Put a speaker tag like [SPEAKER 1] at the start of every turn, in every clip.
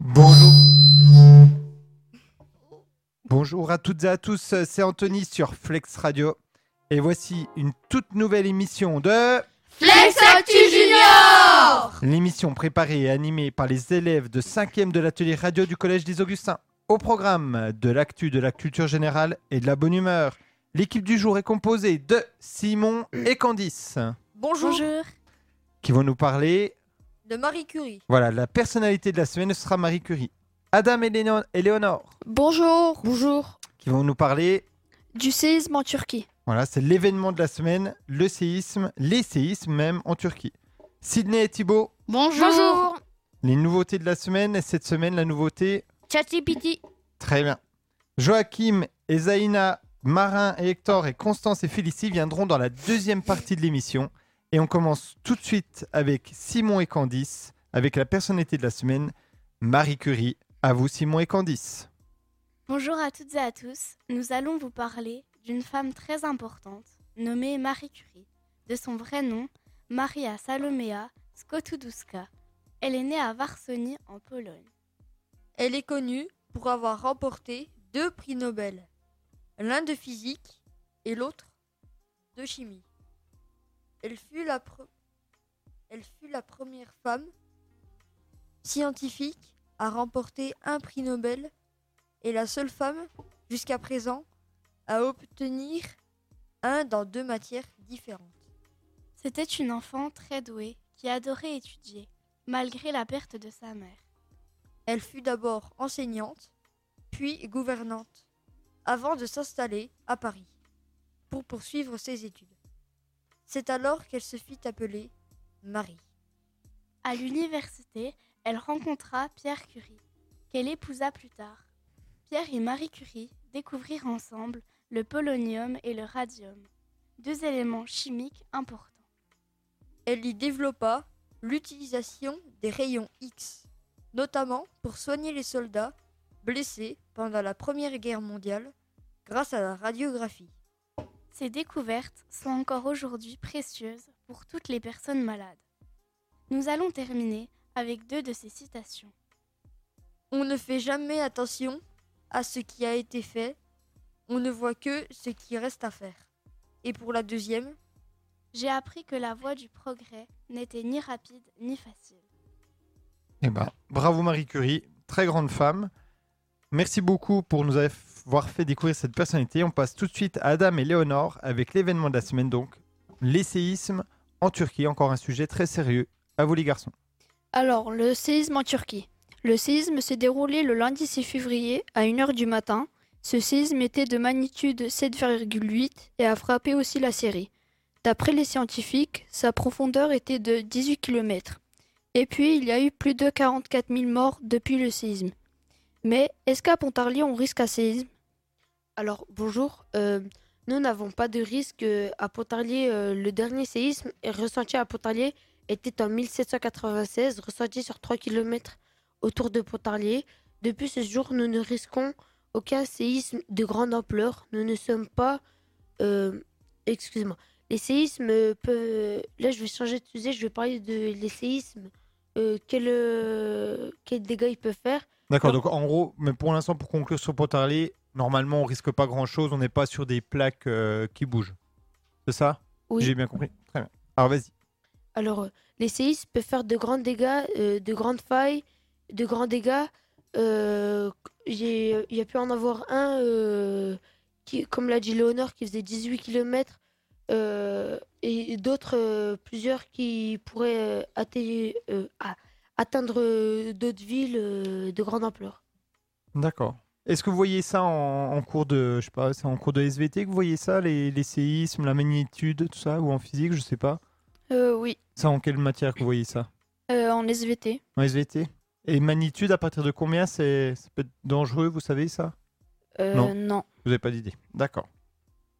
[SPEAKER 1] Bonjour. Bonjour à toutes et à tous, c'est Anthony sur Flex Radio. Et voici une toute nouvelle émission de
[SPEAKER 2] Flex Actu Junior
[SPEAKER 1] l'émission préparée et animée par les élèves de 5e de l'atelier radio du Collège des Augustins. Au programme de l'actu, de la culture générale et de la bonne humeur. L'équipe du jour est composée de Simon et Candice
[SPEAKER 2] Bonjour.
[SPEAKER 1] qui vont nous parler
[SPEAKER 2] De Marie Curie.
[SPEAKER 1] Voilà, la personnalité de la semaine sera Marie Curie. Adam et Léon- et Léonore,
[SPEAKER 3] Bonjour. Bonjour.
[SPEAKER 1] qui vont nous parler.
[SPEAKER 3] Du séisme en Turquie.
[SPEAKER 1] Voilà, c'est l'événement de la semaine, le séisme, les séismes même en Turquie. Sydney et Thibaut,
[SPEAKER 4] Bonjour.
[SPEAKER 1] les nouveautés de la semaine. Et cette semaine, la nouveauté,
[SPEAKER 2] ChatGPT.
[SPEAKER 1] très bien. Joachim et Zaina, Marin et Hector et Constance et Félicie viendront dans la deuxième partie de l'émission. Et on commence tout de suite avec Simon et Candice, avec la personnalité de la semaine, Marie Curie. À vous, Simon et Candice.
[SPEAKER 5] Bonjour à toutes et à tous. Nous allons vous parler d'une femme très importante, nommée Marie Curie, de son vrai nom, Maria Salomea Skłodowska. Elle est née à Varsovie, en Pologne.
[SPEAKER 2] Elle est connue pour avoir remporté deux prix Nobel. L'un de physique et l'autre de chimie. Elle fut la, pre- Elle fut la première femme scientifique à remporter un prix Nobel et la seule femme jusqu'à présent à obtenir un dans deux matières différentes.
[SPEAKER 5] C'était une enfant très douée qui adorait étudier, malgré la perte de sa mère.
[SPEAKER 2] Elle fut d'abord enseignante, puis gouvernante, avant de s'installer à Paris pour poursuivre ses études. C'est alors qu'elle se fit appeler Marie.
[SPEAKER 5] À l'université, elle rencontra Pierre Curie, qu'elle épousa plus tard. Pierre et Marie Curie découvrirent ensemble le polonium et le radium, deux éléments chimiques importants.
[SPEAKER 2] Elle y développa l'utilisation des rayons X, notamment pour soigner les soldats blessés pendant la Première Guerre mondiale grâce à la radiographie.
[SPEAKER 5] Ces découvertes sont encore aujourd'hui précieuses pour toutes les personnes malades. Nous allons terminer avec deux de ces citations.
[SPEAKER 2] On ne fait jamais attention à ce qui a été fait, on ne voit que ce qui reste à faire. Et pour la deuxième,
[SPEAKER 5] J'ai appris que la voie du progrès n'était ni rapide ni facile.
[SPEAKER 1] Eh ben, bravo Marie Curie, très grande femme. Merci beaucoup pour nous avoir fait découvrir cette personnalité. On passe tout de suite à Adam et Léonore avec l'événement de la semaine, donc les séismes en Turquie. Encore un sujet très sérieux. À vous les garçons.
[SPEAKER 3] Alors, le séisme en Turquie. Le séisme s'est déroulé le lundi 6 février à 1h du matin. Ce séisme était de magnitude 7,8 et a frappé aussi la Syrie. D'après les scientifiques, sa profondeur était de 18 km. Et puis, il y a eu plus de 44 000 morts depuis le séisme. Mais est-ce qu'à Pontarlier, on risque un séisme
[SPEAKER 6] Alors bonjour, Euh, nous n'avons pas de risque euh, à Pontarlier. euh, le dernier séisme est ressenti à Pontarlier était en 1796, ressenti sur 3 km autour de Pontarlier. Depuis ce jour, nous ne risquons aucun séisme de grande ampleur. Nous ne sommes pas... euh, Excusez-moi. Les séismes euh, peuvent... Là, je vais changer de sujet, je vais parler de les séismes. Euh, quel, euh, quels dégâts ils peuvent faire.
[SPEAKER 1] D'accord, donc en gros, mais pour l'instant, pour conclure sur Pontarlier, normalement, on risque pas grand-chose. On n'est pas sur des plaques euh, qui bougent. C'est ça
[SPEAKER 6] Oui.
[SPEAKER 1] J'ai bien compris. Très bien. Alors vas-y.
[SPEAKER 6] Alors, euh, les séismes peuvent faire de grands dégâts, euh, de grandes failles, de grands dégâts. Euh, j'ai- Il y a pu en avoir un, euh, qui, comme l'a dit Léonore, qui faisait 18 km, et d'autres, euh, plusieurs qui pourraient euh, atte- euh, a- atteindre euh, d'autres villes euh, de grande ampleur.
[SPEAKER 1] D'accord. Est-ce que vous voyez ça en, en cours de, je sais pas, c'est en cours de SVT que vous voyez ça, les, les séismes, la magnitude, tout ça, ou en physique, je sais pas.
[SPEAKER 3] Euh, oui,
[SPEAKER 1] Ça, en quelle matière que vous voyez ça
[SPEAKER 3] Euh, en SVT.
[SPEAKER 1] En SVT Et magnitude, à partir de combien c'est, ça peut être dangereux, vous savez ça
[SPEAKER 3] Euh,
[SPEAKER 1] Non.
[SPEAKER 3] non.
[SPEAKER 1] Vous n'avez pas d'idée. D'accord.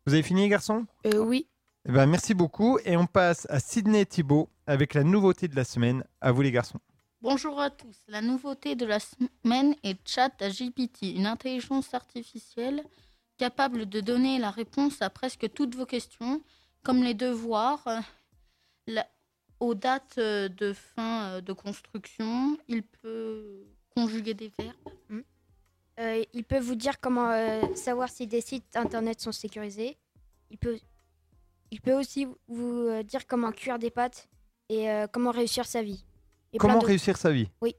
[SPEAKER 1] Vous avez fini, garçon
[SPEAKER 6] Euh, oui,
[SPEAKER 1] Eh ben, merci beaucoup. Et on passe à Sydney et Thibault avec la nouveauté de la semaine. À vous, les garçons.
[SPEAKER 4] Bonjour à tous. La nouveauté de la semaine est ChatGPT, une intelligence artificielle capable de donner la réponse à presque toutes vos questions, comme les devoirs, euh, la- aux dates euh, de fin euh, de construction. Il peut con- conjuguer des verbes.
[SPEAKER 7] Euh, il peut vous dire comment euh, savoir si des sites internet sont sécurisés. Il peut, il peut aussi vous euh, dire comment cuire des pâtes et euh, comment réussir sa vie. Et plein
[SPEAKER 1] Comment
[SPEAKER 7] d'autres-
[SPEAKER 1] réussir sa vie
[SPEAKER 7] Oui.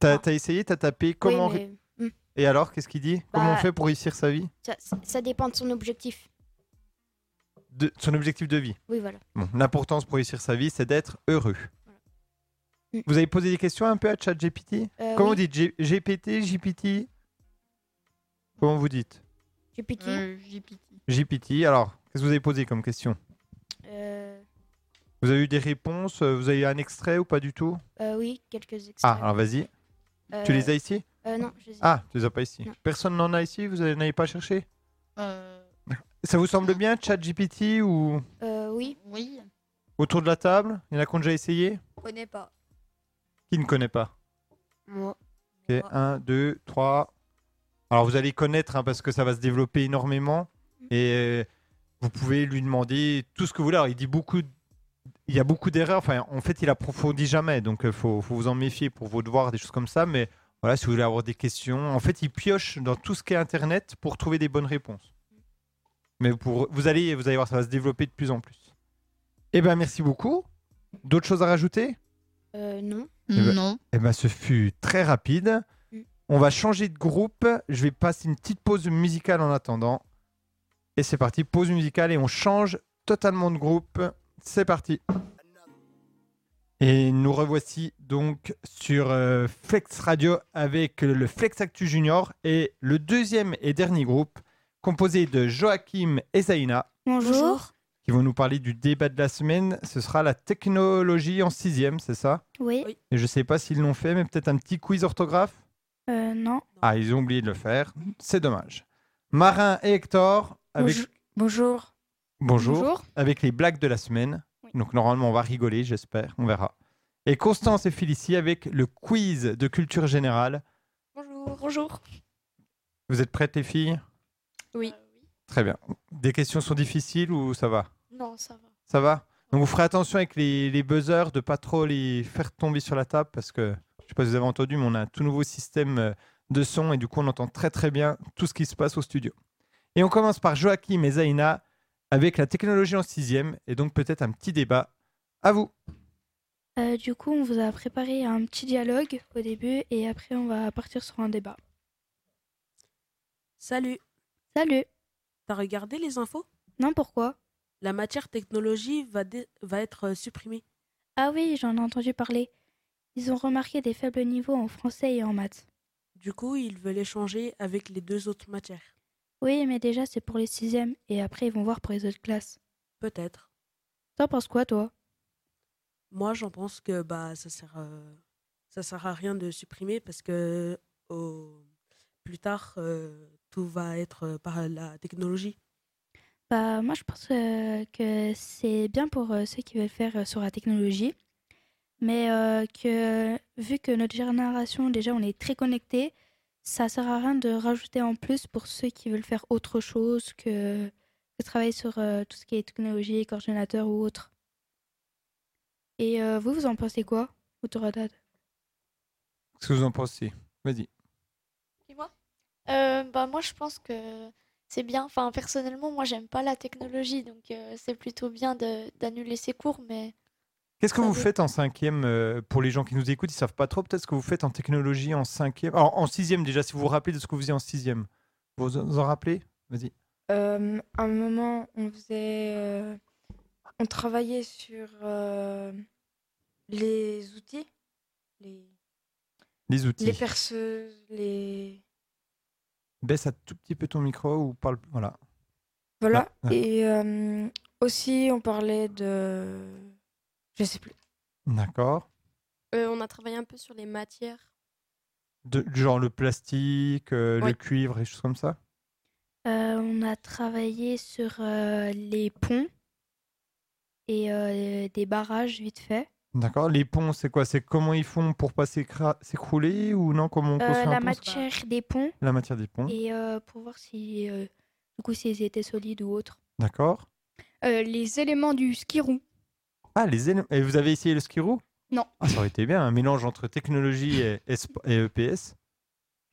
[SPEAKER 1] T'as
[SPEAKER 7] Ah.
[SPEAKER 1] t'as essayé, t'as tapé
[SPEAKER 7] Oui,
[SPEAKER 1] comment. ré-
[SPEAKER 7] mais
[SPEAKER 1] Et alors, qu'est-ce qu'il dit Comment on
[SPEAKER 7] Bah,
[SPEAKER 1] fait pour réussir sa vie
[SPEAKER 7] ça, ça dépend de son objectif.
[SPEAKER 1] de, Son objectif de vie.
[SPEAKER 7] Oui, voilà.
[SPEAKER 1] Bon, L'importance pour réussir sa vie, c'est d'être heureux.
[SPEAKER 7] Mm.
[SPEAKER 1] Vous avez posé des questions un peu à ChatGPT
[SPEAKER 7] Euh,
[SPEAKER 1] Comment
[SPEAKER 7] oui,
[SPEAKER 1] vous dites G- GPT, GPT Comment vous dites Hein
[SPEAKER 7] GPT,
[SPEAKER 4] Euh, GPT.
[SPEAKER 1] GPT. Alors, qu'est-ce que vous avez posé comme question
[SPEAKER 7] euh,
[SPEAKER 1] Vous avez eu des réponses euh, Vous avez eu un extrait ou pas du tout
[SPEAKER 7] euh, oui, quelques
[SPEAKER 1] Ah,
[SPEAKER 7] extraits.
[SPEAKER 1] alors vas-y. Tu les as ici
[SPEAKER 7] euh, Non, je les ai.
[SPEAKER 1] Ah, tu les as pas ici.
[SPEAKER 7] Non.
[SPEAKER 1] Personne n'en a ici Vous n'avez pas cherché
[SPEAKER 4] Euh,
[SPEAKER 1] Ça vous semble bien, ChatGPT ou
[SPEAKER 7] Euh, oui,
[SPEAKER 4] oui.
[SPEAKER 1] autour de la table Il y en a qui ont déjà essayé
[SPEAKER 2] Je connais pas.
[SPEAKER 1] Qui ne connaît pas
[SPEAKER 6] Moi.
[SPEAKER 1] Ok,
[SPEAKER 2] Moi.
[SPEAKER 1] 1, 2, 3. Alors vous allez connaître hein, parce que ça va se développer énormément. Et euh, vous pouvez lui demander tout ce que vous voulez. Alors, il dit beaucoup. d- Il y a beaucoup d'erreurs. Enfin, en fait, il approfondit jamais. Donc, il faut, faut vous en méfier pour vos devoirs, des choses comme ça. Mais voilà, si vous voulez avoir des questions. En fait, il pioche dans tout ce qui est Internet pour trouver des bonnes réponses. Mais pour, vous, allez, vous allez voir, ça va se développer de plus en plus. Eh bien, merci beaucoup. D'autres choses à rajouter
[SPEAKER 7] euh, non.
[SPEAKER 1] ben-
[SPEAKER 4] non.
[SPEAKER 1] eh ben, ce fut très rapide.
[SPEAKER 7] Mm.
[SPEAKER 1] On va changer de groupe. Je vais passer une petite pause musicale en attendant. Et c'est parti, pause musicale et on change totalement de groupe. C'est parti. Et nous revoici donc sur euh, Flex Radio avec le Flex Actu Junior et le deuxième et dernier groupe composé de Joachim et Zaina
[SPEAKER 3] Bonjour.
[SPEAKER 1] qui vont nous parler du débat de la semaine. Ce sera la technologie en sixième, c'est ça
[SPEAKER 3] Oui.
[SPEAKER 1] et je sais pas s'ils l'ont fait, mais peut-être un petit quiz orthographe.
[SPEAKER 5] Euh, non.
[SPEAKER 1] Ah, ils ont oublié de le faire. C'est dommage. Marin et Hector, avec...
[SPEAKER 3] Bonjour.
[SPEAKER 1] Bonjour. avec les blagues de la semaine.
[SPEAKER 5] Oui.
[SPEAKER 1] Donc normalement, on va rigoler, j'espère. On verra. Et Constance et Félicie avec le quiz de culture générale.
[SPEAKER 2] Bonjour.
[SPEAKER 5] Bonjour.
[SPEAKER 1] Vous êtes prêtes, les filles
[SPEAKER 5] Oui.
[SPEAKER 1] Très bien. Des questions sont difficiles ou ça va
[SPEAKER 5] Non, ça va.
[SPEAKER 1] Ça va Donc vous ferez attention avec les, les buzzers de pas trop les faire tomber sur la table parce que je sais pas si vous avez entendu, mais on a un tout nouveau système euh, de son et du coup on entend très très bien tout ce qui se passe au studio. Et on commence par Joachim et Zaina avec la technologie en sixième et donc peut-être un petit débat. À vous.
[SPEAKER 5] Euh, du coup, on vous a préparé un petit dialogue au début et après, on va partir sur un débat.
[SPEAKER 8] Salut,
[SPEAKER 3] Salut.
[SPEAKER 8] t'as regardé les infos
[SPEAKER 3] Non, pourquoi
[SPEAKER 8] La matière technologie va, dé- va être euh, supprimée.
[SPEAKER 5] Ah oui, j'en ai entendu parler. Ils ont remarqué des faibles niveaux en français et en maths.
[SPEAKER 8] Du coup, ils veulent échanger avec les deux autres matières.
[SPEAKER 5] Oui, mais déjà, c'est pour les sixièmes et après, ils vont voir pour les autres classes.
[SPEAKER 8] Peut-être.
[SPEAKER 3] T'en penses quoi, toi
[SPEAKER 8] Moi, j'en pense que bah ça sert euh, ça sert à rien de supprimer parce que au- plus tard euh, tout va être euh, par la technologie.
[SPEAKER 5] Bah, moi, je pense euh, que c'est bien pour euh, ceux qui veulent faire euh, sur la technologie, mais euh, que vu que notre génération, déjà, on est très connecté, ça sert à rien de rajouter en plus pour ceux qui veulent faire autre chose que, que travailler sur euh, tout ce qui est technologie, coordinateur ou autre. Et euh, vous, vous en pensez quoi, Autorodad
[SPEAKER 1] Qu'est-ce que vous en pensez Vas-y.
[SPEAKER 9] Euh, bah moi je pense que c'est bien. Enfin personnellement moi j'aime pas la technologie donc euh, c'est plutôt bien de- d'annuler ses cours mais
[SPEAKER 1] Qu'est-ce que
[SPEAKER 9] Ça
[SPEAKER 1] vous
[SPEAKER 9] dé-
[SPEAKER 1] faites en cinquième euh, pour les gens qui nous écoutent Ils savent pas trop. Peut-être ce que vous faites en technologie en cinquième. Alors, en sixième déjà, si vous vous rappelez de ce que vous faisiez en sixième. Vous vous en rappelez Vas-y.
[SPEAKER 10] Euh, à un moment, on faisait, euh, on travaillait sur euh, les outils, les,
[SPEAKER 1] Les outils.
[SPEAKER 10] les perceuses, les
[SPEAKER 1] Baisse un tout petit peu ton micro ou parle. Voilà.
[SPEAKER 10] voilà.
[SPEAKER 1] ouais.
[SPEAKER 10] Et euh, aussi, on parlait de, je sais plus.
[SPEAKER 1] D'accord.
[SPEAKER 11] Euh, on a travaillé un peu sur les matières.
[SPEAKER 1] De- du genre le plastique, euh, le
[SPEAKER 11] Oui.
[SPEAKER 1] cuivre et choses comme ça.
[SPEAKER 5] Euh, on a travaillé sur euh, les ponts et euh, des barrages, vite fait.
[SPEAKER 1] D'accord. Les ponts, c'est quoi C'est comment ils font pour pas s'écra- s'écrouler ou non Comment on
[SPEAKER 5] Euh,
[SPEAKER 1] construit un pont
[SPEAKER 5] la
[SPEAKER 1] c'est- Hein
[SPEAKER 5] matière des ponts
[SPEAKER 1] La matière des ponts.
[SPEAKER 5] et euh, pour voir si euh, du coup s'ils étaient solides ou autres.
[SPEAKER 1] D'accord.
[SPEAKER 3] Euh, les éléments du ski roux.
[SPEAKER 1] Ah, les éléments. Et vous avez essayé le skirou
[SPEAKER 3] Non.
[SPEAKER 1] Ah, ça aurait été bien, un mélange entre technologie et, et sp- et EPS.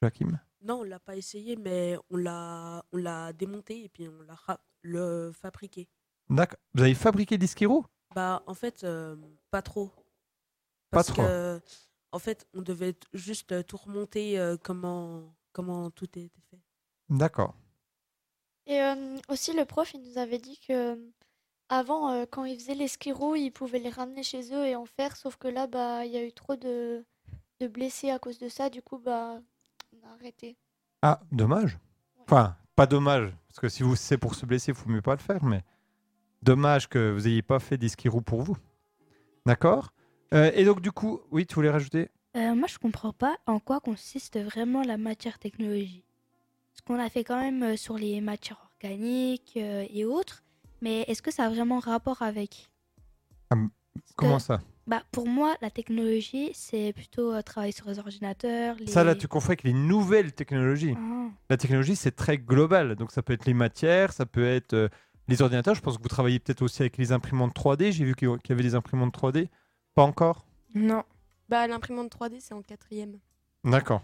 [SPEAKER 1] Joachim
[SPEAKER 8] Non, on l'a pas essayé, mais on l'a, on l'a démonté et puis on l'a ra- le fabriqué.
[SPEAKER 1] D'accord. Vous avez fabriqué Diskiro
[SPEAKER 8] Bah, en fait, euh, pas trop.
[SPEAKER 1] Pas
[SPEAKER 8] Parce
[SPEAKER 1] trop.
[SPEAKER 8] que, en fait, on devait t- juste euh, tout remonter euh, comment, comment tout était fait.
[SPEAKER 1] D'accord.
[SPEAKER 9] Et euh, aussi, le prof, il nous avait dit que euh, avant, euh, quand ils faisaient les skiros, ils pouvaient les ramener chez eux et en faire, sauf que là, bah, il y a eu trop de, de blessés à cause de ça, du coup, bah, on a arrêté.
[SPEAKER 1] Ah, dommage. Enfin, pas dommage, parce que si vous c'est pour se blesser, il faut mieux pas le faire, mais dommage que vous n'ayez pas fait des ski roux pour vous. D'accord Euh, Et donc, du coup, oui, tu voulais rajouter
[SPEAKER 12] Euh, moi, je comprends pas en quoi consiste vraiment la matière technologie. Ce qu'on a fait quand même euh, sur les matières organiques euh, et autres, mais est-ce que ça a vraiment rapport avec
[SPEAKER 1] Comment ça
[SPEAKER 12] Bah, pour moi, la technologie, c'est plutôt euh, travailler sur les ordinateurs. Les...
[SPEAKER 1] Ça, là, tu confonds avec les nouvelles technologies.
[SPEAKER 12] Ah.
[SPEAKER 1] La technologie, c'est très global. Donc, ça peut être les matières, ça peut être euh, les ordinateurs. Je pense que vous travaillez peut-être aussi avec les imprimantes 3D. J'ai vu qu'il y a- qu'il y avait des imprimantes 3D. Pas encore
[SPEAKER 10] Non.
[SPEAKER 11] Bah, l'imprimante 3D, c'est en quatrième.
[SPEAKER 1] D'accord.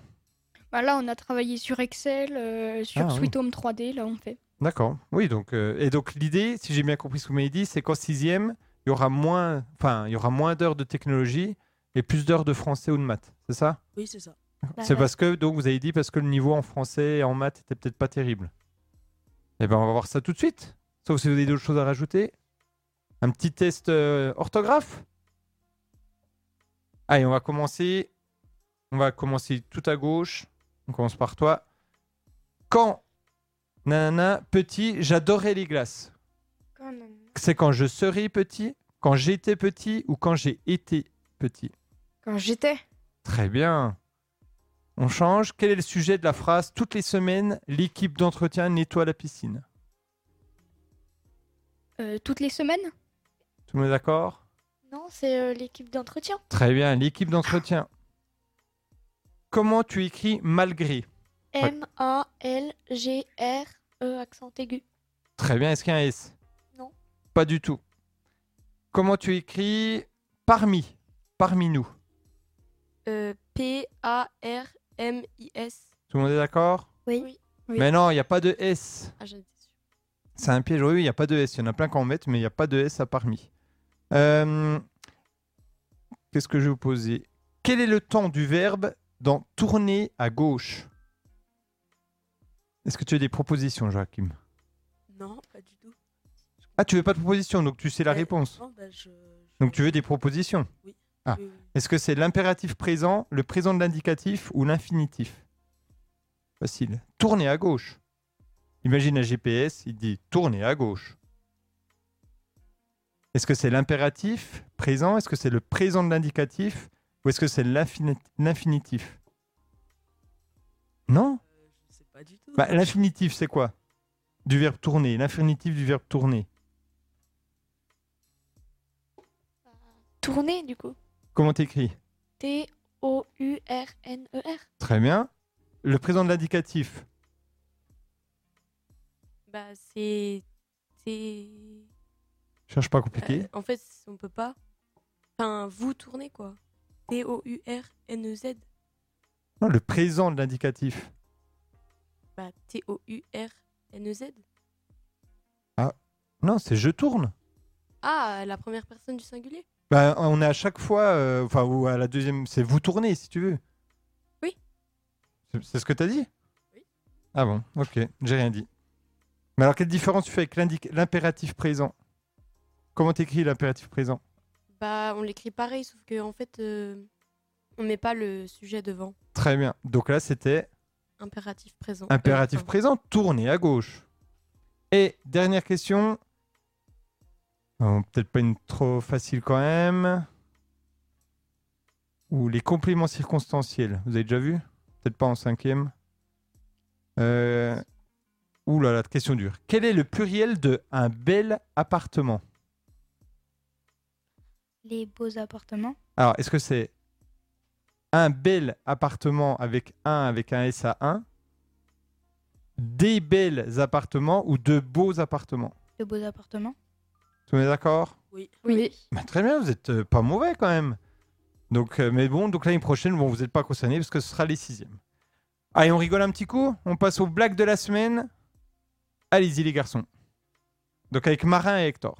[SPEAKER 13] Bah là, on a travaillé sur Excel, euh, sur
[SPEAKER 1] Ah, oui.
[SPEAKER 13] Sweet Home 3D, là on fait.
[SPEAKER 1] D'accord. Oui, donc euh, et donc l'idée, si j'ai bien compris ce que vous m'avez dit, c'est qu'en sixième, il y aura moins, enfin, il y aura moins d'heures de technologie et plus d'heures de français ou de maths. C'est ça
[SPEAKER 8] Oui, c'est ça.
[SPEAKER 1] C'est parce que donc vous avez dit parce que le niveau en français et en maths était peut-être pas terrible. Eh ben, on va voir ça tout de suite. Sauf si vous avez d'autres choses à rajouter. Un petit test euh, orthographe. Allez, on va commencer. On va commencer tout à gauche. On commence par toi. Quand nanana, petit, j'adorais les glaces.
[SPEAKER 10] Oh,
[SPEAKER 1] C'est quand je serai petit, quand j'étais petit ou quand j'ai été petit.
[SPEAKER 10] Quand j'étais.
[SPEAKER 1] Très bien. On change. Quel est le sujet de la phrase Toutes les semaines, l'équipe d'entretien nettoie la piscine.
[SPEAKER 13] Euh, toutes les semaines
[SPEAKER 1] Tout le monde est d'accord
[SPEAKER 9] Non, c'est euh, l'équipe d'entretien.
[SPEAKER 1] Très bien, l'équipe d'entretien. Comment tu écris malgré Ouais.
[SPEAKER 9] M-A-L-G-R-E, E, accent aigu.
[SPEAKER 1] Très bien, est-ce qu'il y a un S
[SPEAKER 9] Non.
[SPEAKER 1] Pas du tout. Comment tu écris parmi Parmi nous.
[SPEAKER 11] Euh, P-A-R-M-I-S.
[SPEAKER 1] Tout le monde est d'accord
[SPEAKER 11] Oui.
[SPEAKER 1] Mais non, il n'y a pas de S.
[SPEAKER 11] Ah, j'en étais sûre.
[SPEAKER 1] C'est un piège. Oui, il n'y a pas de S. Il y en a plein qui en mettent, mais il n'y a pas de S à parmi. Euh, Qu'est-ce que je vais vous poser Quel est le temps du verbe dans tourner à gauche Est-ce que tu as des propositions, Joachim
[SPEAKER 8] Non, pas du tout.
[SPEAKER 1] Ah, tu veux pas de propositions, donc tu sais la
[SPEAKER 8] Mais-
[SPEAKER 1] réponse.
[SPEAKER 8] non, bah, je- Euh,
[SPEAKER 1] Donc tu veux des propositions
[SPEAKER 8] Oui.
[SPEAKER 1] Ah.
[SPEAKER 8] Oui, oui.
[SPEAKER 1] Est-ce que c'est l'impératif présent, le présent de l'indicatif ou l'infinitif Facile. Tourner à gauche. Imagine un GPS, il dit tourner à gauche. Est-ce que c'est l'impératif présent Est-ce que c'est le présent de l'indicatif Ou est-ce que c'est l'infini- l'infinitif Non
[SPEAKER 8] Pas du tout.
[SPEAKER 1] Bah, L'infinitif, c'est quoi Du verbe tourner. L'infinitif du verbe tourner.
[SPEAKER 9] Tourner, du coup.
[SPEAKER 1] Comment t'écris
[SPEAKER 9] T-O-U-R-N-E-R.
[SPEAKER 1] Très bien. Le présent de l'indicatif,
[SPEAKER 11] Bah, c'est. c'est-
[SPEAKER 1] cherche pas compliqué.
[SPEAKER 11] Euh, en fait, on peut pas. Enfin, vous tournez quoi. T-O-U-R-N-E-Z.
[SPEAKER 1] Non, le présent de l'indicatif.
[SPEAKER 11] Bah, T-O-U-R-N-E-Z.
[SPEAKER 1] Ah, non, c'est je tourne.
[SPEAKER 11] Ah, la première personne du singulier.
[SPEAKER 1] Bah, on est à chaque fois, euh, enfin, ou à la deuxième, c'est vous tournez si tu veux.
[SPEAKER 11] Oui.
[SPEAKER 1] C'est- C'est ce que t'as dit Ah bon, ok, j'ai rien dit. Mais alors, quelle différence tu fais avec l'indic- l'impératif présent Comment t'écris l'impératif présent
[SPEAKER 11] Bah, on l'écrit pareil, sauf que en fait, euh, on met pas le sujet devant.
[SPEAKER 1] Très bien. Donc là, c'était
[SPEAKER 11] Impératif présent. Euh,
[SPEAKER 1] impératif présent, tourner à gauche. Et dernière question. Oh, Peut-être pas une trop facile quand même. Ou les compléments circonstanciels. Vous avez déjà vu Peut-être pas en cinquième. Euh... Ouh là là, question dure. Quel est le pluriel de un bel appartement
[SPEAKER 12] Les beaux appartements.
[SPEAKER 1] Alors, est-ce que c'est un bel appartement avec un avec un S à 1 Des belles appartements ou de beaux appartements
[SPEAKER 12] De beaux appartements.
[SPEAKER 1] Tout le monde est d'accord
[SPEAKER 8] Oui.
[SPEAKER 1] Bah, Très bien, vous êtes euh, pas mauvais quand même. Donc, euh, mais bon, donc l'année prochaine, bon, vous n'êtes pas concerné parce que ce sera les sixièmes. Allez, on rigole un petit coup. On passe aux blagues de la semaine. Allez-y, les garçons. Donc, avec Marin et Hector.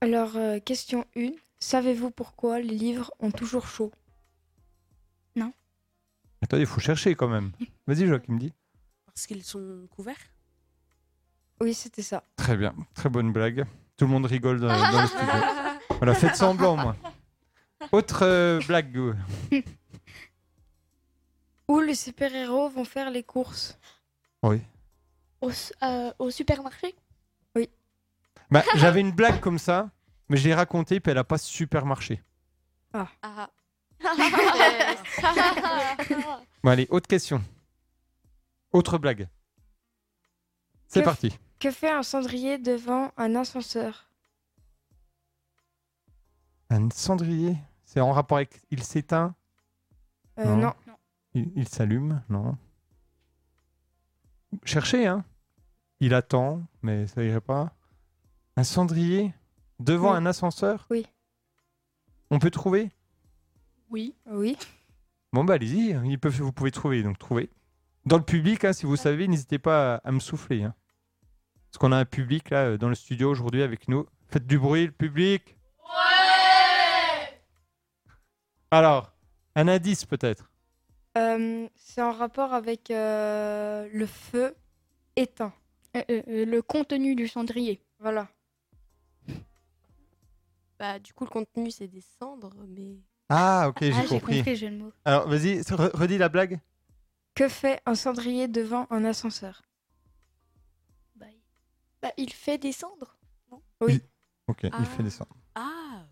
[SPEAKER 10] Alors, euh, question 1. Savez-vous pourquoi les livres ont toujours chaud
[SPEAKER 1] Attendez, il faut chercher quand même. Vas-y, Joachim, dis.
[SPEAKER 8] Parce qu'ils sont couverts
[SPEAKER 10] Oui, c'était ça.
[SPEAKER 1] Très bien, très bonne blague. Tout le monde rigole dans, dans le studio. Voilà, faites semblant, moi. Autre euh, blague. euh,
[SPEAKER 10] Où les super-héros vont faire les courses
[SPEAKER 1] Oui.
[SPEAKER 9] Au, s- euh, au supermarché
[SPEAKER 1] Bah, J'avais une blague comme ça, mais je l'ai racontée, puis elle n'a pas super marché.
[SPEAKER 10] Ah.
[SPEAKER 1] Bon, allez, autre question. Autre blague. C'est
[SPEAKER 10] Que-
[SPEAKER 1] parti.
[SPEAKER 10] Que fait un cendrier devant un ascenseur
[SPEAKER 1] Un cendrier, c'est en rapport avec. Il s'éteint
[SPEAKER 10] Euh, non.
[SPEAKER 1] Il, il s'allume Non. Cherchez, hein. Il attend, mais ça irait pas. Un cendrier devant
[SPEAKER 10] Oui.
[SPEAKER 1] un ascenseur
[SPEAKER 10] Oui.
[SPEAKER 1] On peut trouver
[SPEAKER 10] Oui. Oui.
[SPEAKER 1] Bon, bah allez-y, ils peuvent- vous pouvez trouver, donc trouvez. Dans le public, hein, si vous savez, n'hésitez pas à, à me souffler. hein. Parce qu'on a un public là euh, dans le studio aujourd'hui avec nous. Faites du bruit, le public Alors, un indice peut-être
[SPEAKER 10] Euh, C'est en rapport avec euh, le feu éteint. le contenu du cendrier. Voilà.
[SPEAKER 11] Bah, du coup, le contenu, c'est des cendres, mais.
[SPEAKER 1] Ah, ok, j'ai
[SPEAKER 11] Ah, j'ai
[SPEAKER 1] compris.
[SPEAKER 11] compris, jeu de mots.
[SPEAKER 1] Alors, vas-y, re- redis la blague.
[SPEAKER 10] Que fait un cendrier devant un ascenseur
[SPEAKER 9] Bah, il fait des cendres.
[SPEAKER 1] Ok, il fait des sons.
[SPEAKER 11] Ah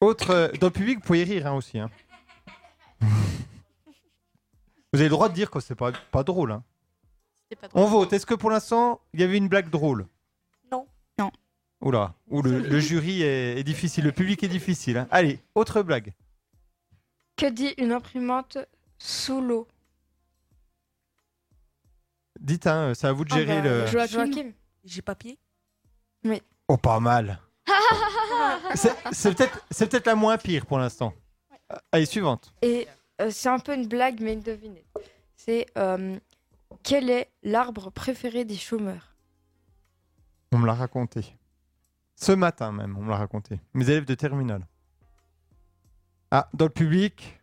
[SPEAKER 1] Autre, euh, dans le public, vous pouvez rire hein, aussi. hein. vous avez le droit de dire que c'est pas, pas drôle. hein. On vote. Est-ce que pour l'instant, il y avait une blague drôle
[SPEAKER 9] Non.
[SPEAKER 12] Non.
[SPEAKER 1] Oula, ou le, le jury est, est difficile, le public est difficile. hein. Allez, autre blague.
[SPEAKER 10] Que dit une imprimante sous l'eau
[SPEAKER 1] Dites, hein, c'est à
[SPEAKER 10] Ah
[SPEAKER 1] vous de gérer
[SPEAKER 10] bah,
[SPEAKER 1] le.
[SPEAKER 5] Bah,
[SPEAKER 8] J'ai papier
[SPEAKER 1] Oh, pas mal. C'est c'est peut-être c'est peut-être la moins pire pour l'instant. Euh, Allez, suivante.
[SPEAKER 10] Et euh, c'est un peu une blague, mais devinez. C'est euh, quel est l'arbre préféré des chômeurs
[SPEAKER 1] On me l'a raconté. Ce matin même, on me l'a raconté. Mes élèves de terminale. Ah, dans le public.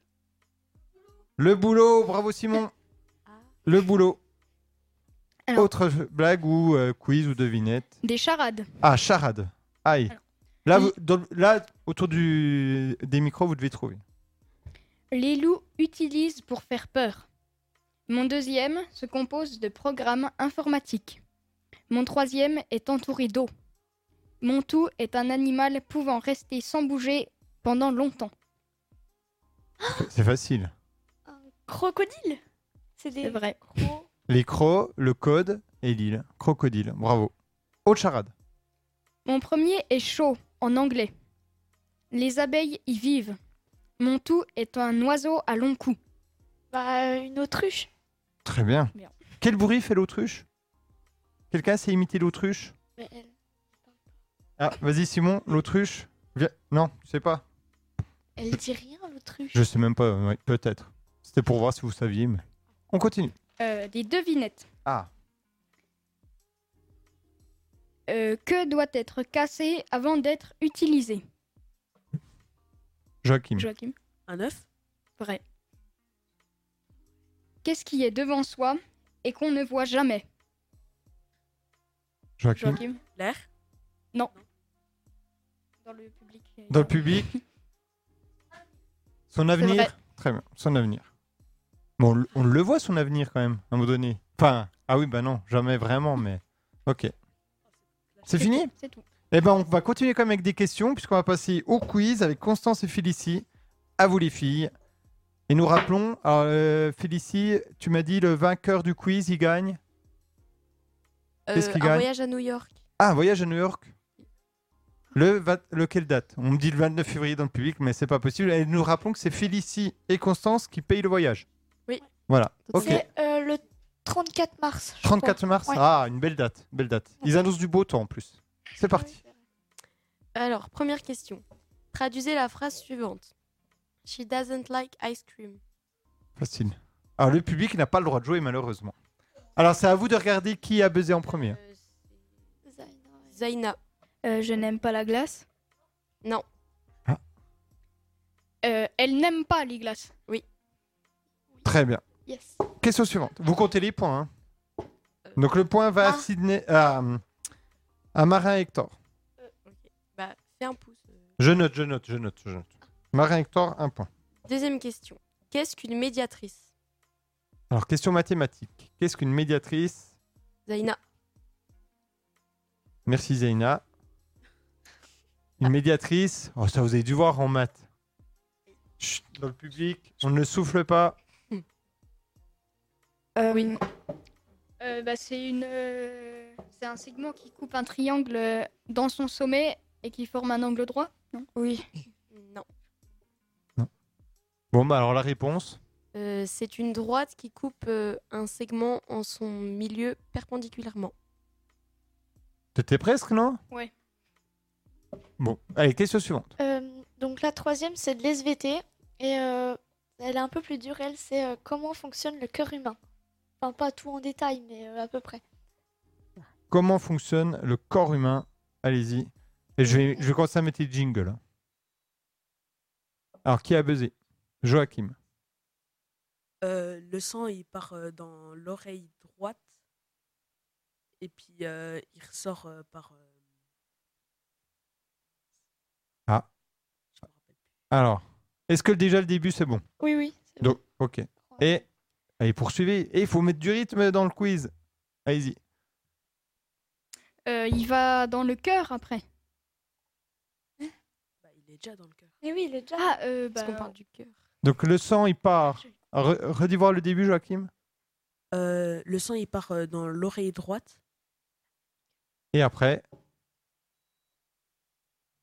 [SPEAKER 1] Le boulot, bravo Simon. Le boulot.
[SPEAKER 13] Alors.
[SPEAKER 1] Autre blague ou euh, quiz ou devinette.
[SPEAKER 13] Des charades.
[SPEAKER 1] Ah, charade. Aïe. Là, vous- dans- là, autour du, des micros, vous devez trouver.
[SPEAKER 13] Les loups utilisent pour faire peur. Mon deuxième se compose de programmes informatiques. Mon troisième est entouré d'eau. Mon tout est un animal pouvant rester sans bouger pendant longtemps.
[SPEAKER 1] C'est facile.
[SPEAKER 9] Crocodile C'est des...
[SPEAKER 13] vrai.
[SPEAKER 1] Les crocs, le code et l'île. Crocodile, bravo. Autre charade.
[SPEAKER 13] Mon premier est chaud en anglais. Les abeilles y vivent. Mon tout est un oiseau à long cou.
[SPEAKER 9] Bah, une autruche.
[SPEAKER 1] Très bien.
[SPEAKER 13] Bien.
[SPEAKER 1] Quel bruit fait l'autruche Quelqu'un sait imiter l'autruche
[SPEAKER 9] Mais elle-
[SPEAKER 1] Ah, vas-y Simon, l'autruche. Viens. Non, je sais pas.
[SPEAKER 9] Elle dit rien, l'autruche.
[SPEAKER 1] Je sais même pas, ouais, peut-être. C'était pour voir si vous saviez, mais... On continue.
[SPEAKER 13] Euh, des devinettes.
[SPEAKER 1] Ah,
[SPEAKER 13] Euh, que doit être cassé avant d'être utilisé
[SPEAKER 1] Joachim.
[SPEAKER 13] Joachim.
[SPEAKER 8] Un œuf
[SPEAKER 13] Vrai. Qu'est-ce qui est devant soi et qu'on ne voit jamais
[SPEAKER 1] Joachim.
[SPEAKER 13] Joachim.
[SPEAKER 8] L'air
[SPEAKER 13] Non. Dans le public. il y a-
[SPEAKER 1] Dans le public. Son avenir.
[SPEAKER 13] vrai.
[SPEAKER 1] Très bien, son avenir. Bon, on le- on le voit son avenir quand même, à un moment donné. Enfin, ah oui, bah non, jamais vraiment, mais... Ok. C'est fini
[SPEAKER 13] C'est tout.
[SPEAKER 1] Eh ben, on va continuer comme avec des questions, puisqu'on va passer au quiz avec Constance et Félicie. À vous les filles. Et nous rappelons, alors, euh, Félicie, tu m'as dit le vainqueur du quiz, il gagne Qu'est-ce
[SPEAKER 11] Euh,
[SPEAKER 1] qu'il
[SPEAKER 11] Un
[SPEAKER 1] gagne
[SPEAKER 11] voyage à New York.
[SPEAKER 1] Ah, un voyage à New York. Le vingt- lequel date On me dit le 29 février dans le public, mais c'est pas possible. Et nous rappelons que c'est Félicie et Constance qui payent le voyage.
[SPEAKER 11] Oui.
[SPEAKER 1] Voilà. Ok.
[SPEAKER 9] C'est euh, le 34 mars. je
[SPEAKER 1] 34
[SPEAKER 9] crois.
[SPEAKER 1] mars.
[SPEAKER 9] Ouais.
[SPEAKER 1] Ah, une belle date, belle date. Ils annoncent du beau temps en plus. C'est parti.
[SPEAKER 11] Alors, première question. Traduisez la phrase suivante. She doesn't like ice cream.
[SPEAKER 1] Facile. Alors le public n'a pas le droit de jouer malheureusement. Alors c'est à vous de regarder qui a buzzé en premier.
[SPEAKER 11] Zaina.
[SPEAKER 13] je n'aime pas la glace.
[SPEAKER 11] Non.
[SPEAKER 13] Euh, elle n'aime pas les glaces.
[SPEAKER 11] Oui.
[SPEAKER 1] Très bien.
[SPEAKER 13] Yes.
[SPEAKER 1] Question suivante. Vous comptez les points. hein.
[SPEAKER 11] Euh,
[SPEAKER 1] Donc le point
[SPEAKER 11] ah.
[SPEAKER 1] va à Sydney, à, à Marin Hector.
[SPEAKER 11] Bah, fais un pouce.
[SPEAKER 1] Je note, je note, je note, je note. Marin Hector, un point.
[SPEAKER 11] Deuxième question. Qu'est-ce qu'une médiatrice
[SPEAKER 1] Alors question mathématique. Qu'est-ce qu'une médiatrice
[SPEAKER 11] Zaina.
[SPEAKER 1] Merci Zeina. Une médiatrice. Oh, ça vous avez dû voir en maths. Chut, dans le public, on ne souffle pas.
[SPEAKER 13] oui. Euh, bah, c'est une, euh, c'est un segment qui coupe un triangle euh, dans son sommet et qui forme un angle droit. Non oui.
[SPEAKER 11] Non.
[SPEAKER 1] Bon, bah alors la réponse.
[SPEAKER 11] Euh, c'est une droite qui coupe euh, un segment en son milieu perpendiculairement.
[SPEAKER 1] T'étais presque, non
[SPEAKER 13] Ouais.
[SPEAKER 1] Bon, allez, question suivante.
[SPEAKER 9] Euh, donc la troisième, c'est de l'SVT. Et euh, elle est un peu plus dure, elle, c'est euh, comment fonctionne le cœur humain. Enfin, pas tout en détail, mais euh, à peu près.
[SPEAKER 1] Comment fonctionne le corps humain Allez-y. Et je vais, je vais commencer à mettre les jingles. hein. Alors, qui a buzzé Joachim.
[SPEAKER 8] Euh, le sang, il part euh, dans l'oreille droite et puis euh, il ressort euh, par. euh,
[SPEAKER 1] Ah. Alors, est-ce que déjà le début, c'est bon
[SPEAKER 9] Oui, oui.
[SPEAKER 1] Donc, ok. Et allez, poursuivez. Et il faut mettre du rythme dans le quiz. Allez-y.
[SPEAKER 13] Euh, il va dans le cœur après.
[SPEAKER 8] Bah, il est déjà dans le cœur.
[SPEAKER 9] Mais oui, il est déjà.
[SPEAKER 13] Ah, euh, bah,
[SPEAKER 11] Parce qu'on parle du cœur.
[SPEAKER 1] Donc, le sang, il part. Re- redis voir le début, Joachim.
[SPEAKER 8] Euh, le sang, il part euh, dans l'oreille droite.
[SPEAKER 1] Et après,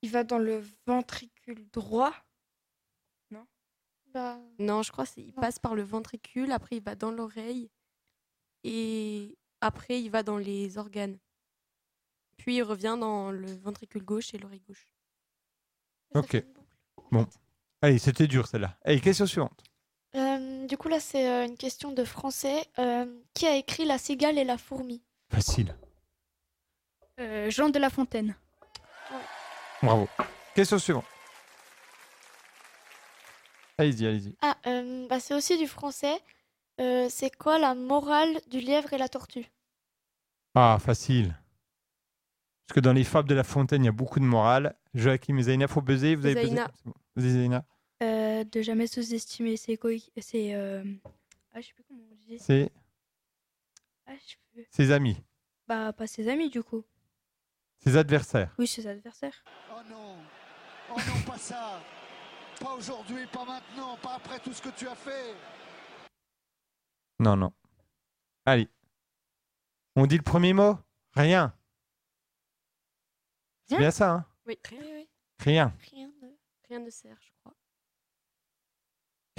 [SPEAKER 10] Il va dans le ventricule droit.
[SPEAKER 9] Bah,
[SPEAKER 11] Non, je crois qu'il passe par le ventricule, après il va dans l'oreille et après il va dans les organes. Puis il revient dans le ventricule gauche et l'oreille gauche.
[SPEAKER 1] ok. Bon. Allez, c'était dur, celle-là. Allez, question suivante.
[SPEAKER 9] euh, du coup, là, c'est euh, une question de français. Euh, qui a écrit La cigale et la fourmi
[SPEAKER 1] Facile.
[SPEAKER 13] euh, Jean de La Fontaine.
[SPEAKER 1] Bravo. Question suivante. Allez-y, allez-y.
[SPEAKER 9] Ah, euh, bah, c'est aussi du français. Euh, c'est quoi la morale du lièvre et la tortue
[SPEAKER 1] Ah, facile. Parce que dans les fables de La Fontaine, il y a beaucoup de morale. Joachim et Zaina, faut buzzer. Vous avez buzzé
[SPEAKER 12] Zaina.
[SPEAKER 1] C'est bon. Vas-y, Zaina.
[SPEAKER 12] Euh, de jamais sous-estimer ses coéquipiers. C'est. euh, Ah, je sais plus comment on dit.
[SPEAKER 1] C'est
[SPEAKER 12] Ah, je sais plus.
[SPEAKER 1] ses amis,
[SPEAKER 12] Bah, pas ses amis du coup.
[SPEAKER 1] ses adversaires.
[SPEAKER 12] Oui, ses adversaires.
[SPEAKER 14] Oh non Oh non, pas ça Pas aujourd'hui, pas maintenant, pas après tout ce que tu as fait
[SPEAKER 1] Non, non. Allez. On dit le premier mot Rien. C'est bien ça, hein
[SPEAKER 11] Oui, oui.
[SPEAKER 1] Rien.
[SPEAKER 9] Rien ne,
[SPEAKER 11] rien ne sert, je crois.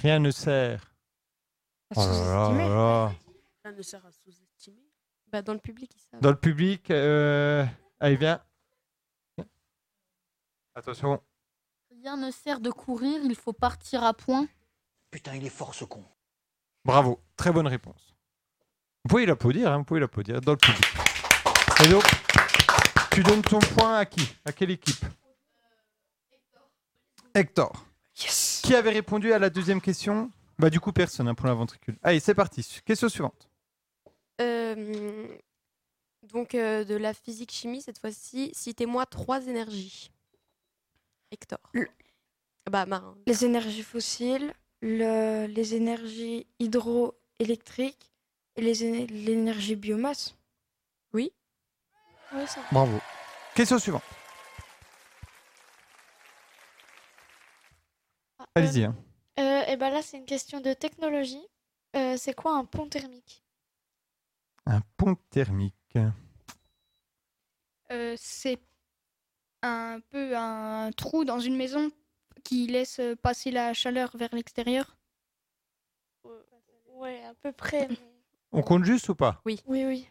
[SPEAKER 1] Rien ne sert.
[SPEAKER 11] Ah,
[SPEAKER 1] Oh là là là.
[SPEAKER 8] Ça ne sert à sous-estimer.
[SPEAKER 11] Bah, dans le public, ils savent.
[SPEAKER 1] Dans le public, euh... allez, viens. Attention.
[SPEAKER 4] Rien ne sert de courir, il faut partir à point.
[SPEAKER 14] Putain, il est fort ce con.
[SPEAKER 1] Bravo, très bonne réponse. Vous pouvez l'applaudir, hein, vous pouvez l'applaudir dans le public. Et donc, tu donnes ton point à qui À quelle équipe Hector. Qui avait répondu à la deuxième question Bah du coup personne hein, pour la ventricule. Allez, c'est parti. Question suivante.
[SPEAKER 11] Euh, donc euh, de la physique chimie cette fois-ci, citez-moi trois énergies. Hector. Bah marin.
[SPEAKER 10] Les énergies fossiles, le- les énergies hydroélectriques et les éne- l'énergie biomasse.
[SPEAKER 11] Oui.
[SPEAKER 10] Oui, ça va.
[SPEAKER 1] Bravo. Question suivante. Allez-y. hein.
[SPEAKER 9] Ah, Euh, et ben là, c'est une question de technologie. Euh, c'est quoi un pont thermique
[SPEAKER 1] Un pont thermique.
[SPEAKER 13] Euh, c'est un peu un trou dans une maison qui laisse passer la chaleur vers l'extérieur.
[SPEAKER 9] Ouais, à peu près.
[SPEAKER 1] On compte juste ou pas
[SPEAKER 11] Oui.
[SPEAKER 9] Oui, oui.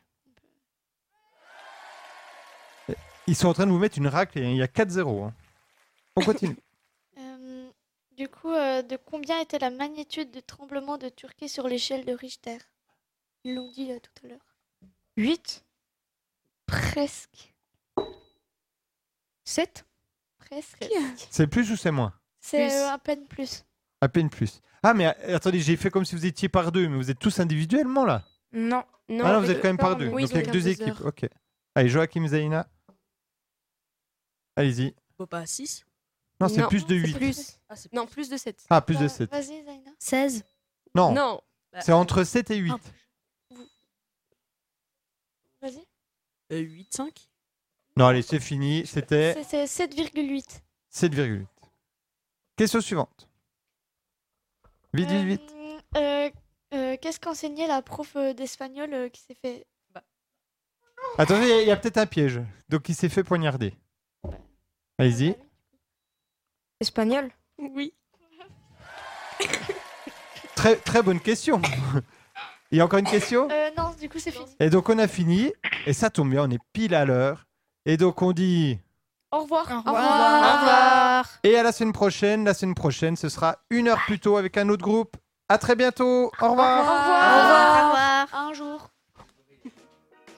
[SPEAKER 1] Ils sont en train de vous mettre une raclée. hein. Il y a 4-0. hein. On continue.
[SPEAKER 9] Euh, Du coup, euh, de combien était la magnitude du tremblement de Turquie sur l'échelle de Richter Ils l'ont dit euh, tout à l'heure.
[SPEAKER 10] 8
[SPEAKER 9] Presque.
[SPEAKER 10] 7
[SPEAKER 9] Presque.
[SPEAKER 1] C'est plus ou c'est moins
[SPEAKER 9] C'est euh, à peine plus.
[SPEAKER 1] À peine plus. Ah, mais euh, attendez, j'ai fait comme si vous étiez par deux, mais vous êtes tous individuellement là
[SPEAKER 10] Non, non.
[SPEAKER 1] Ah non,
[SPEAKER 10] avec
[SPEAKER 1] vous êtes quand même par
[SPEAKER 10] Corne.
[SPEAKER 1] deux.
[SPEAKER 10] Oui,
[SPEAKER 1] Donc
[SPEAKER 10] ils ont
[SPEAKER 1] avec deux
[SPEAKER 10] 15 heures.
[SPEAKER 1] équipes. Ok. Allez, Joachim Zaina. Allez-y.
[SPEAKER 8] Faut pas 6
[SPEAKER 1] Non, c'est plus de 8.
[SPEAKER 11] Plus. non, plus de 7.
[SPEAKER 1] Ah, plus de sept.
[SPEAKER 9] Bah, Vas-y, Zaina.
[SPEAKER 12] 16
[SPEAKER 1] Non. Ah.
[SPEAKER 11] Non.
[SPEAKER 1] C'est entre 7 et 8.
[SPEAKER 9] Vas-y.
[SPEAKER 8] 8, 5
[SPEAKER 1] Non, allez, c'est fini. C'était
[SPEAKER 9] C'est- C'est 7,8.
[SPEAKER 1] 7,8. Question suivante. Vite, vite, vite.
[SPEAKER 9] Hum, euh, euh, Qu'est-ce qu'enseignait la prof euh, d'espagnol euh, qui s'est fait.
[SPEAKER 1] Attendez, il y a- il y a, peut-être un piège. Donc, il s'est fait poignarder. Allez-y.
[SPEAKER 10] Espagnol
[SPEAKER 11] Oui.
[SPEAKER 1] Très, très bonne question. Il y a encore une question
[SPEAKER 9] Euh, non, du coup, c'est fini.
[SPEAKER 1] Et donc, on a fini. Et ça tombe bien, on est pile à l'heure. Et donc, on dit.
[SPEAKER 9] Au revoir. Au
[SPEAKER 1] Et à la semaine prochaine. La semaine prochaine, ce sera une heure plus tôt avec un autre groupe. À très bientôt. Au revoir.
[SPEAKER 9] Au revoir. Un jour.